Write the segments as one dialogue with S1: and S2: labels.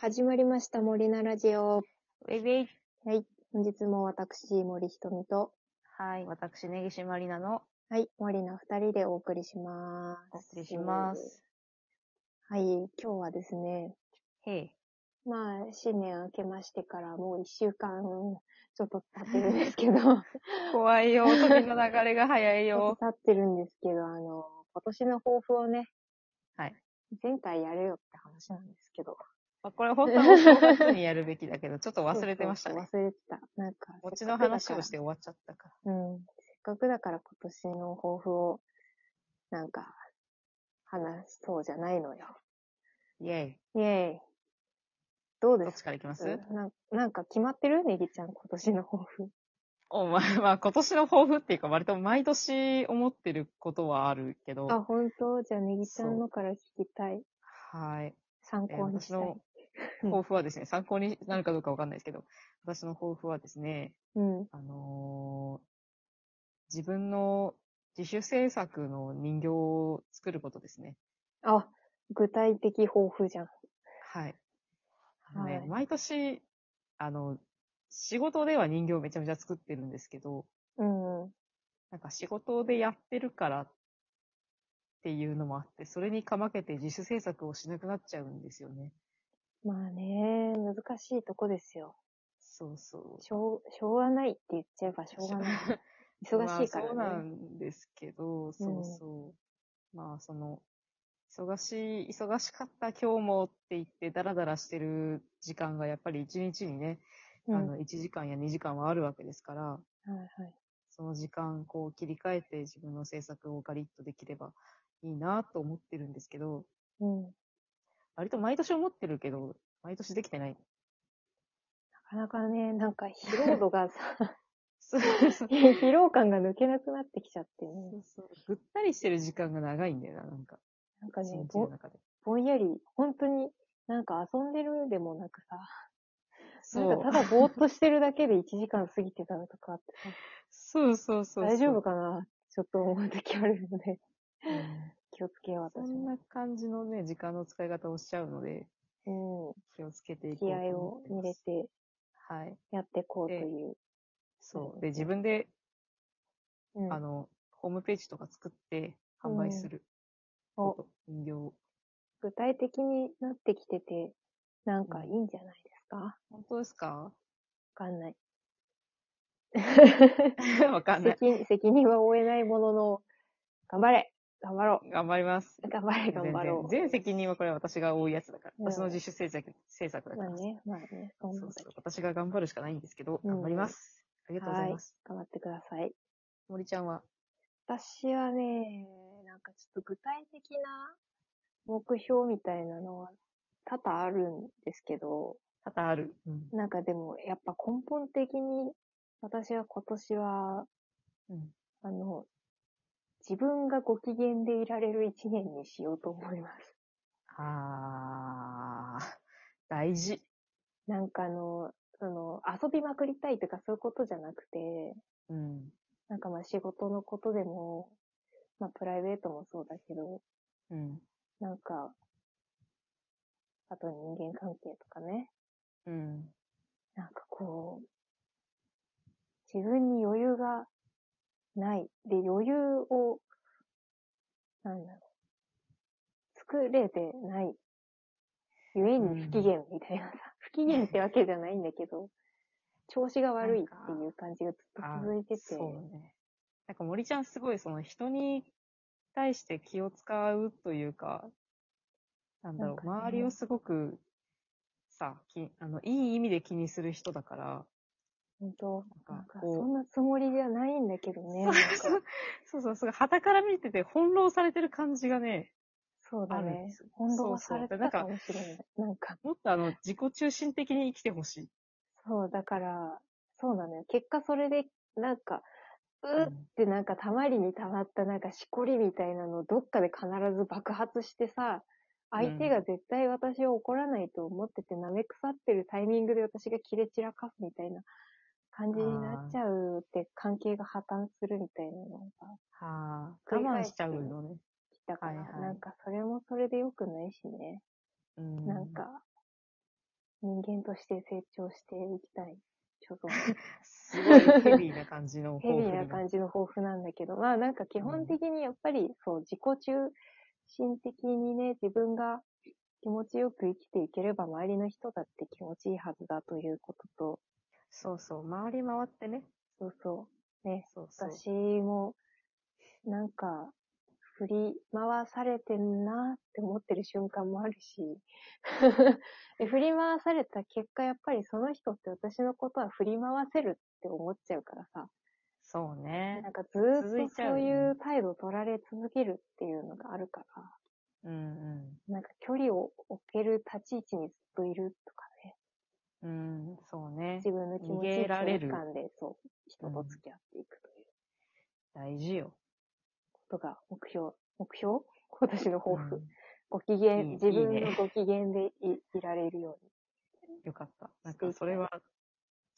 S1: 始まりました、森菜ラジオ。
S2: ウェイウェイ
S1: はい。本日も私、森ひとみと、
S2: はい、私、根岸まりなの
S1: はい、森菜二人でお送りしま
S2: お
S1: す。
S2: 送りしま。す。
S1: はい、今日はですね、
S2: へい。
S1: まあ、新年明けましてからもう一週間ちょっと経ってるんです けど、ちょっ
S2: 怖 いよ、時の流れが早い
S1: と。経ってるんですけど、あの、今年の抱負をね、
S2: はい。
S1: 前回やれよって話なんですけど。
S2: まあこれ本当はお正月にやるべきだけど、ちょっと忘れてました
S1: そう
S2: ね。
S1: そう忘れてた。なんか、
S2: 餅の話を
S1: て
S2: して終わっちゃったか
S1: うん。せっかくだから今年の抱負を、なんか、話そうじゃないのよ。
S2: ら。イェイ。
S1: イェイ。どう
S2: ど
S1: で
S2: っち
S1: す
S2: からいきます、
S1: ななんか決まってるねぎちゃん、今年の抱負。
S2: お前、まあ今年の抱負っていうか、割と毎年思ってることはあるけど、
S1: あ、本当じゃあねぎちゃんのから聞きたい。
S2: はい。
S1: 参
S2: えー
S1: 考にした
S2: 私
S1: い。
S2: の抱負はですね、参考になるかどうかわかんないですけど、私の抱負はですね、
S1: うん。
S2: あのー自分の自主制作の人形を作ることですね。
S1: あ、具体的抱負じゃん。
S2: はい。あのね、
S1: はい
S2: 毎年、あの、仕事では人形めちゃめちゃ作ってるんですけど、
S1: うんうん。
S2: なんか仕事でやってるからっていうのもあって、それにかまけて自主制作をしなくなっちゃうんですよね。
S1: まあね、難しいとこですよ。
S2: そうそう。
S1: しょう、しょうがないって言っちゃえばしょうが ない。忙しいからね。
S2: まあ、そうなんですけど、そうそう。まあ、その、忙しい、忙しかった今日もって言って、ダラダラしてる時間がやっぱり一日にね、
S1: うん
S2: あの、1時間や2時間はあるわけですから、
S1: はいはい。
S2: その時間、こう切り替えて自分の制作をガリッとできればいいなと思ってるんですけど、
S1: うん。
S2: 割と毎年思ってるけど、毎年できてない。
S1: なかなかね、なんか疲労度がさ、
S2: そうそ う
S1: 疲労感が抜けなくなってきちゃってね。
S2: そう ぐったりしてる時間が長いんだよな、なんか。
S1: なんか
S2: 一
S1: ね、
S2: 日の
S1: ぼ
S2: 中で。
S1: ぼんやり、本当になんか遊んでるでもなくさ、
S2: そう
S1: なんかただぼーっとしてるだけで1時間過ぎてたのとかあってさ、
S2: そうそうそうそう。
S1: 大丈夫かなちょっと思う時あるので、
S2: うん
S1: 気をつけよう、
S2: そ
S1: 私
S2: ん
S1: も。
S2: な感じのね、時間の使い方をしちゃうので、
S1: うん。
S2: 気をつけていこう
S1: 気
S2: と
S1: 合
S2: 思
S1: を
S2: って
S1: 入
S2: ま
S1: れ
S2: す。
S1: て
S2: はい。
S1: やっていこうという。
S2: そう。で、自分で、
S1: うん
S2: あの、ホームページとか作って販売するこ
S1: お
S2: と。人形を。
S1: 具体的になってきてて、なんかいいんじゃないですかわ
S2: 本当ですか
S1: かん ない。
S2: わかんない。
S1: 責任責任は負えないものの、頑張れ頑張ろ
S2: 頑張ります。
S1: う頑張れ頑張ろ
S2: 全然
S1: う。
S2: 全責任はこれは私が負うやつだから。
S1: うん
S2: 私の自主制作、制作だか
S1: まあ
S2: ら。
S1: ね、まあね、そ
S2: そ
S1: ん
S2: う
S1: な
S2: そ
S1: こ
S2: う
S1: とで。
S2: 私が頑張るしかないんですけど、
S1: うん
S2: 頑張ります。ありがとうございます。
S1: 頑張ってください。
S2: 森ちゃんは
S1: 私はね、なんかちょっと具体的な目標みたいなのは多々あるんですけど、
S2: 多々ある。うん
S1: なんかでもやっぱ根本的に私は今年は、
S2: うん
S1: あの、自分がご機嫌でいられる一年にしようと思います。
S2: あー、大事。
S1: なんかあの、その、遊びまくりたいとかそういうことじゃなくて、
S2: うん。
S1: なんかまあ仕事のことでも、まあプライベートもそうだけど、
S2: うん。
S1: なんか、あと人間関係とかね、
S2: うん。
S1: なんかこう、自分に余裕がない。で、余裕を、なんだろう、作れてない。ゆえに不機嫌みたいなさ、不機嫌ってわけじゃないんだけど、調子が悪いっていう感じがずっと
S2: あ
S1: 続いてて、
S2: そうね。なんか森ちゃんすごいその人に対して気を使うというか、なんだろう、
S1: なんかね
S2: 周りをすごくさ、きあの、いい意味で気にする人だから、
S1: 本当
S2: なんか
S1: なんか
S2: こう
S1: そんなつもりじゃないんだけどね、な
S2: そうんそ
S1: か
S2: うそうそう、すごい旗から見てて翻弄されてる感じがね、
S1: そうだ
S2: あるんで
S1: ね
S2: すよ。
S1: 翻弄は
S2: そ
S1: さ
S2: うそ
S1: れ
S2: う
S1: て
S2: な
S1: た
S2: んか
S1: かもしれない。なんか、
S2: もっとあの、自己中心的に生きてほしい。
S1: そう、だから、そうなのよ。結果それで、なんか、
S2: う
S1: うっ
S2: ん
S1: てなんかたまりにたまったなんかしこりみたいなのどっかで必ず爆発してさ、相手が絶対私を怒らないと思ってて舐め腐ってるタイミングで私が切れ散らかすみたいな感じになっちゃうって関係が破綻するみたいなのが
S2: はあ、
S1: 繰り
S2: 我
S1: 返
S2: 慢
S1: し
S2: してちゃうのね。
S1: 来たから、
S2: はいはい
S1: なんかそれもそれで良くないしね。
S2: うん
S1: なんか、人間として成長していきたい所存。
S2: すごいヘビーな感じの
S1: ヘビーな感じの抱負なんだけど、まあなんか基本的にやっぱりそう、自己中心的にね、自分が気持ちよく生きていければ周りの人だって気持ちいいはずだということと、
S2: そうそう、回り回ってね。
S1: そうそう、ね、
S2: そうそう。
S1: 私もなんか振り回されてんなって思ってる瞬間もあるし、 で振り回された結果やっぱりその人って私のことは振り回せるって思っちゃうからさ、
S2: そうね
S1: な。んかずー
S2: 続
S1: っ
S2: い
S1: と
S2: ちゃう
S1: そう
S2: ね
S1: いう態度取られ続けるっていうのがあるから、
S2: うん
S1: なんか距離を置ける立ち位置にずっといるとかね。
S2: うん。うん、そうね
S1: 自。分の気持ち
S2: 逃げられる
S1: 距離感で、そう、人と付き合っていくという
S2: 大事よ。
S1: ことが目標、目標今年の抱負。
S2: うん
S1: ご機嫌、
S2: いい
S1: 自分
S2: いい
S1: の
S2: ね
S1: ご機嫌でいいられるように。
S2: よかった。なんか、それは、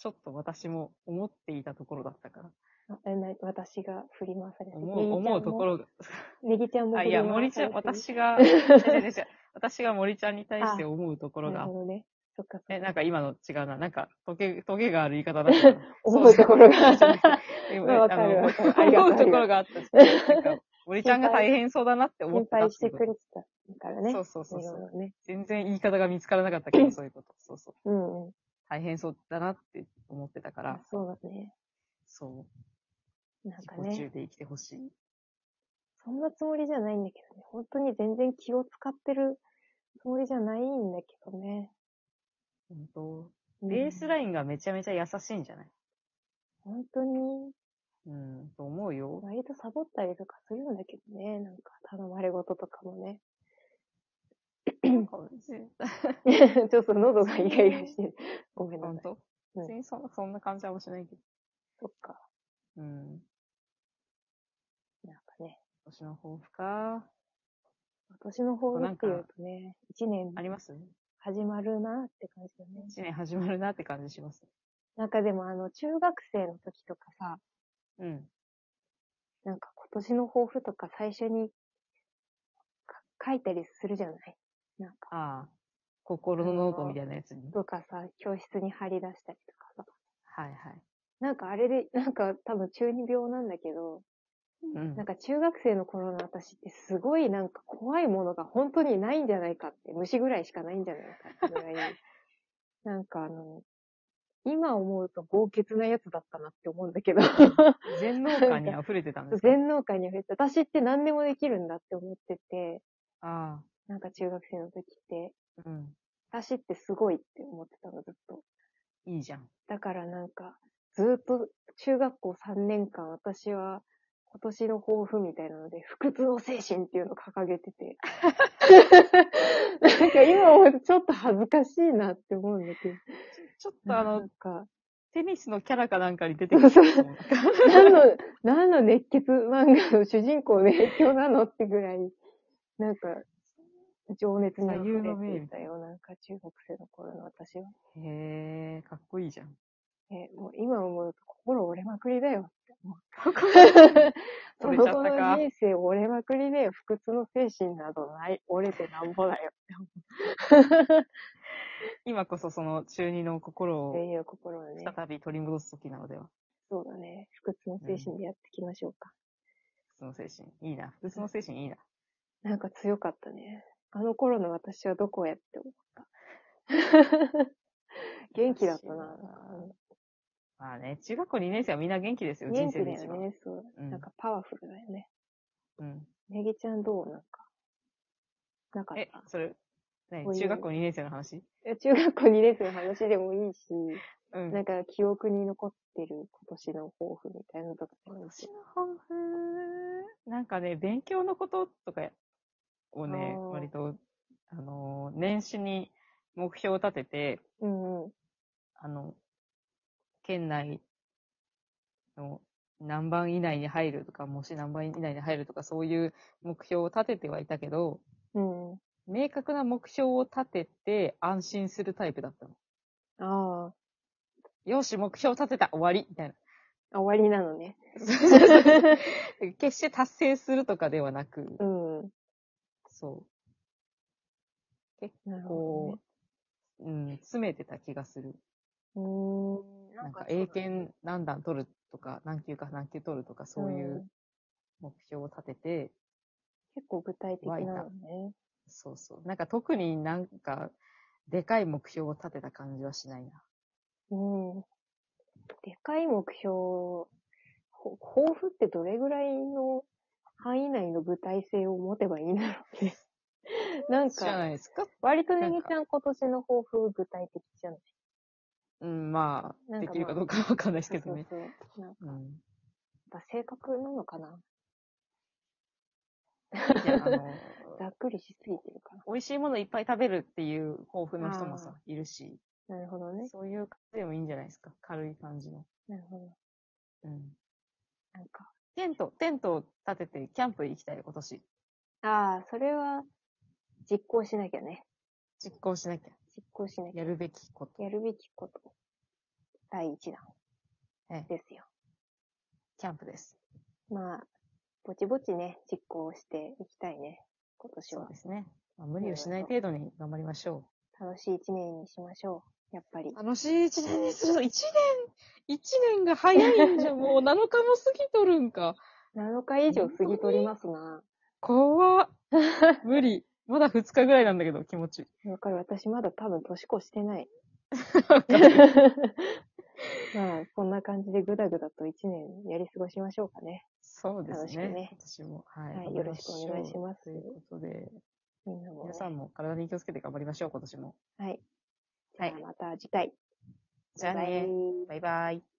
S2: ちょっと私も思っていたところだったから。
S1: あえな私が振り回されて
S2: 思う、思うところが。
S1: ネギちゃんも
S2: あ、いや、
S1: 振り
S2: 森
S1: 回
S2: ち
S1: さ
S2: ゃ
S1: れ
S2: ん、
S1: てる
S2: 私 が、違う違う違う私が森ちゃんに対して思うところ
S1: な
S2: が
S1: る、ほどね。そっかそ
S2: え、
S1: っか。
S2: なんか今の違うな。なんか、トゲ、トゲがある言い方だ ったな。
S1: 思うところが。
S2: そうそう
S1: ま あわかるわかるありがとう
S2: 思うところがあった。なんか、森ちゃんが大変そうだなって思
S1: 心
S2: ってた
S1: 配
S2: っ
S1: して
S2: い
S1: て
S2: うこ
S1: く
S2: と
S1: れてたからね。
S2: そうそうそうそ。
S1: いうろいろね。
S2: 全然言い方が見つからなかった けど、そういうこと。そうそう。
S1: うんうん。
S2: 大変そうだなって思ってたから、
S1: そうだね。
S2: そう。
S1: なん
S2: 自
S1: か
S2: 己
S1: ね
S2: 中、で生きてほしい。
S1: そんなつもりじゃないんだけどね。本当に全然気を使ってるつもりじゃないんだけどね。
S2: 本当。ベースラ
S1: イン。
S2: インがめちゃめちゃ優しいんじゃない
S1: 本当に、
S2: うん、と思うよ。
S1: 割とサボったりとかするんだけどね。なんか頼まれ事とかも ね。
S2: なんか別に
S1: ちょっと喉がイガイガしてる。ごめんな
S2: 本
S1: さい。
S2: 当
S1: うん
S2: 別にそんな、そんな感じはもしないけど。
S1: そっか。
S2: うん。
S1: なんかね。
S2: 年の抱負か。
S1: 私の方負っていうとね、一年
S2: あります
S1: 始まるなって感じだね。
S2: 一年始まるなって感じします。
S1: なんかでもあの、中学生の時とかさ、
S2: うん。
S1: なんか今年の抱負とか最初にか書いたりするじゃないなんか。
S2: ああ。心のノートみたいなやつに。
S1: とかさ、教室に張り出したりとかさ。
S2: はいはい。
S1: なんかあれで、なんか多分中二病なんだけど、
S2: うん
S1: なん。か中学生の頃の私ってすごいなんか怖いものが本当にないんじゃないかって、虫ぐらいしかないんじゃないかってぐらい、なんかあの、今思うと豪傑なやつだったなって思うんだけど、
S2: 全能感に溢れてたんですか
S1: 全能感に触れて、私って何でもできるんだって思ってて、
S2: あ
S1: なんか中学生の時って、
S2: あ。うん。
S1: 私ってすごいって思ってたのずっと。
S2: いいじゃん。
S1: だからなんか、ずーっと中学校3年間私は今年の抱負みたいなので、不屈の精神っていうのを掲げてて。なんか今思うとちょっと恥ずかしいなって思うんだけど。
S2: ちょっとあ
S1: な
S2: の
S1: ん、か、
S2: テニスのキャラかなんかに出てくると思う。
S1: 何の、何の熱血漫画の主人公の影響なのってぐらい、なんか、情熱に溢れていたよ、なんか中学生の頃の私は。
S2: へえ、かっこいいじゃん。
S1: え、もう今思うと心折れまくりだよって 思う。そ
S2: 折
S1: の
S2: れちゃっ
S1: 後
S2: た
S1: の
S2: か
S1: 人生折れまくりで、不屈の精神などない、折れてなんぼだよ
S2: 今こそその中二の心
S1: って
S2: を
S1: いう心をね、
S2: 再び取り戻す時なのでは。
S1: そうだね、不屈の精神でやっていきましょうか。
S2: 不屈の精神。いいな。不屈の精神いいな。
S1: なんか強かったね。あの頃の私はどこへって思 った。元気だったな。
S2: まあね、中学校2年生はみんな元気ですよ、
S1: 元
S2: 人
S1: 気だ
S2: 生で一
S1: よ
S2: 番。
S1: ね、そう。
S2: うん
S1: なんかパワフルだよね。
S2: うん。
S1: ネギちゃんどうなんか。なかっ
S2: え
S1: た、。
S2: それ、何
S1: こういう
S2: 中学校2年生の話
S1: え中学校2年生の話でもいいし、
S2: うん。
S1: なんか記憶に残ってる今年の抱負みたいなのとかでもいいし
S2: 私の抱負、なんかね、勉強のこととかをね
S1: あー、
S2: 割と、あのー、年始に目標を立てて、
S1: うんうん。
S2: あの、県内の何番以内に入るとか、もし何番以内に入るとか、そういう目標を立ててはいたけど、
S1: うんうん。
S2: 明確な目標を立てて安心するタイプだったの。
S1: あ
S2: よし、目標立てた終わりみたいな。
S1: あ、終わりなのね。
S2: 決して達成するとかではなく、
S1: うん。
S2: そう。
S1: なるほどね
S2: こう、うん、詰めてた気がする。
S1: うーん。
S2: なんか
S1: そうだね
S2: 英検何段取るとか、何級か何級取るとか、そういうん目標を立てて、
S1: 結構具体的な
S2: 湧いた
S1: のね。
S2: そうそう。なんか特になんか、でかい目標を立てた感じはしないな。
S1: うん。でかい目標、ほ抱負ってどれぐらいの範囲内の具体性を持てばいいんだろう ね。なん
S2: じゃ
S1: か、
S2: ないですか
S1: 割とねぎちゃん今年の抱負具体的じゃない
S2: うん、ま
S1: な
S2: あ、
S1: んかまあ
S2: できるかどうかわかんないですけどね。
S1: そうそう。なんか
S2: うん。
S1: やっぱ性格なのかない
S2: やあの
S1: ざっくりしすぎてるか
S2: 美味しいものいっぱい食べるっていう抱負の人もさ
S1: あ、
S2: いるし、
S1: な。なるほどね。
S2: そういう感じでもいいんじゃないですか。軽い感じの。
S1: なるほど。
S2: うん。
S1: なんか、
S2: テント、テントを立ててキャンプ行きたいよ、今年。
S1: ああ、それは実行しなきゃね。
S2: 実行しなきゃ。
S1: 実行しなきゃ。
S2: やるべきこと。
S1: やるべきこと。第一弾
S2: ええ、
S1: ですよ。
S2: キャンプです。
S1: まあ、ぼちぼちね、実行していきたいね。今年
S2: そう
S1: は
S2: で。すね。まあ、無理をしない程度に頑張りましょ
S1: 楽しい一年にしましょう。やっぱり
S2: う。。楽しい一年にするぞ。一年、一年が早いんじゃ、もう7日も過ぎとるん か。
S1: 7日以上過ぎとりますな。
S2: 怖っ。無理。まだ2日ぐらいなんだけど、気持ち。
S1: わかる。私まだ多分年越して ない。まあ、こんな感じでぐだぐだと一年やり過ごしましょうかね。
S2: そうです
S1: 楽しく
S2: ね。
S1: ね
S2: 今年も。はい。
S1: はい
S2: 頑張りょう
S1: よろしくお願いします
S2: ということで、
S1: みんなも、ね
S2: 皆。さんも体に気をつけて頑張りましょう、今年も。
S1: はい。じ
S2: は
S1: ゃ
S2: い
S1: あまた次回。
S2: じゃあ
S1: バイバ
S2: ね。
S1: イ
S2: バイバイ。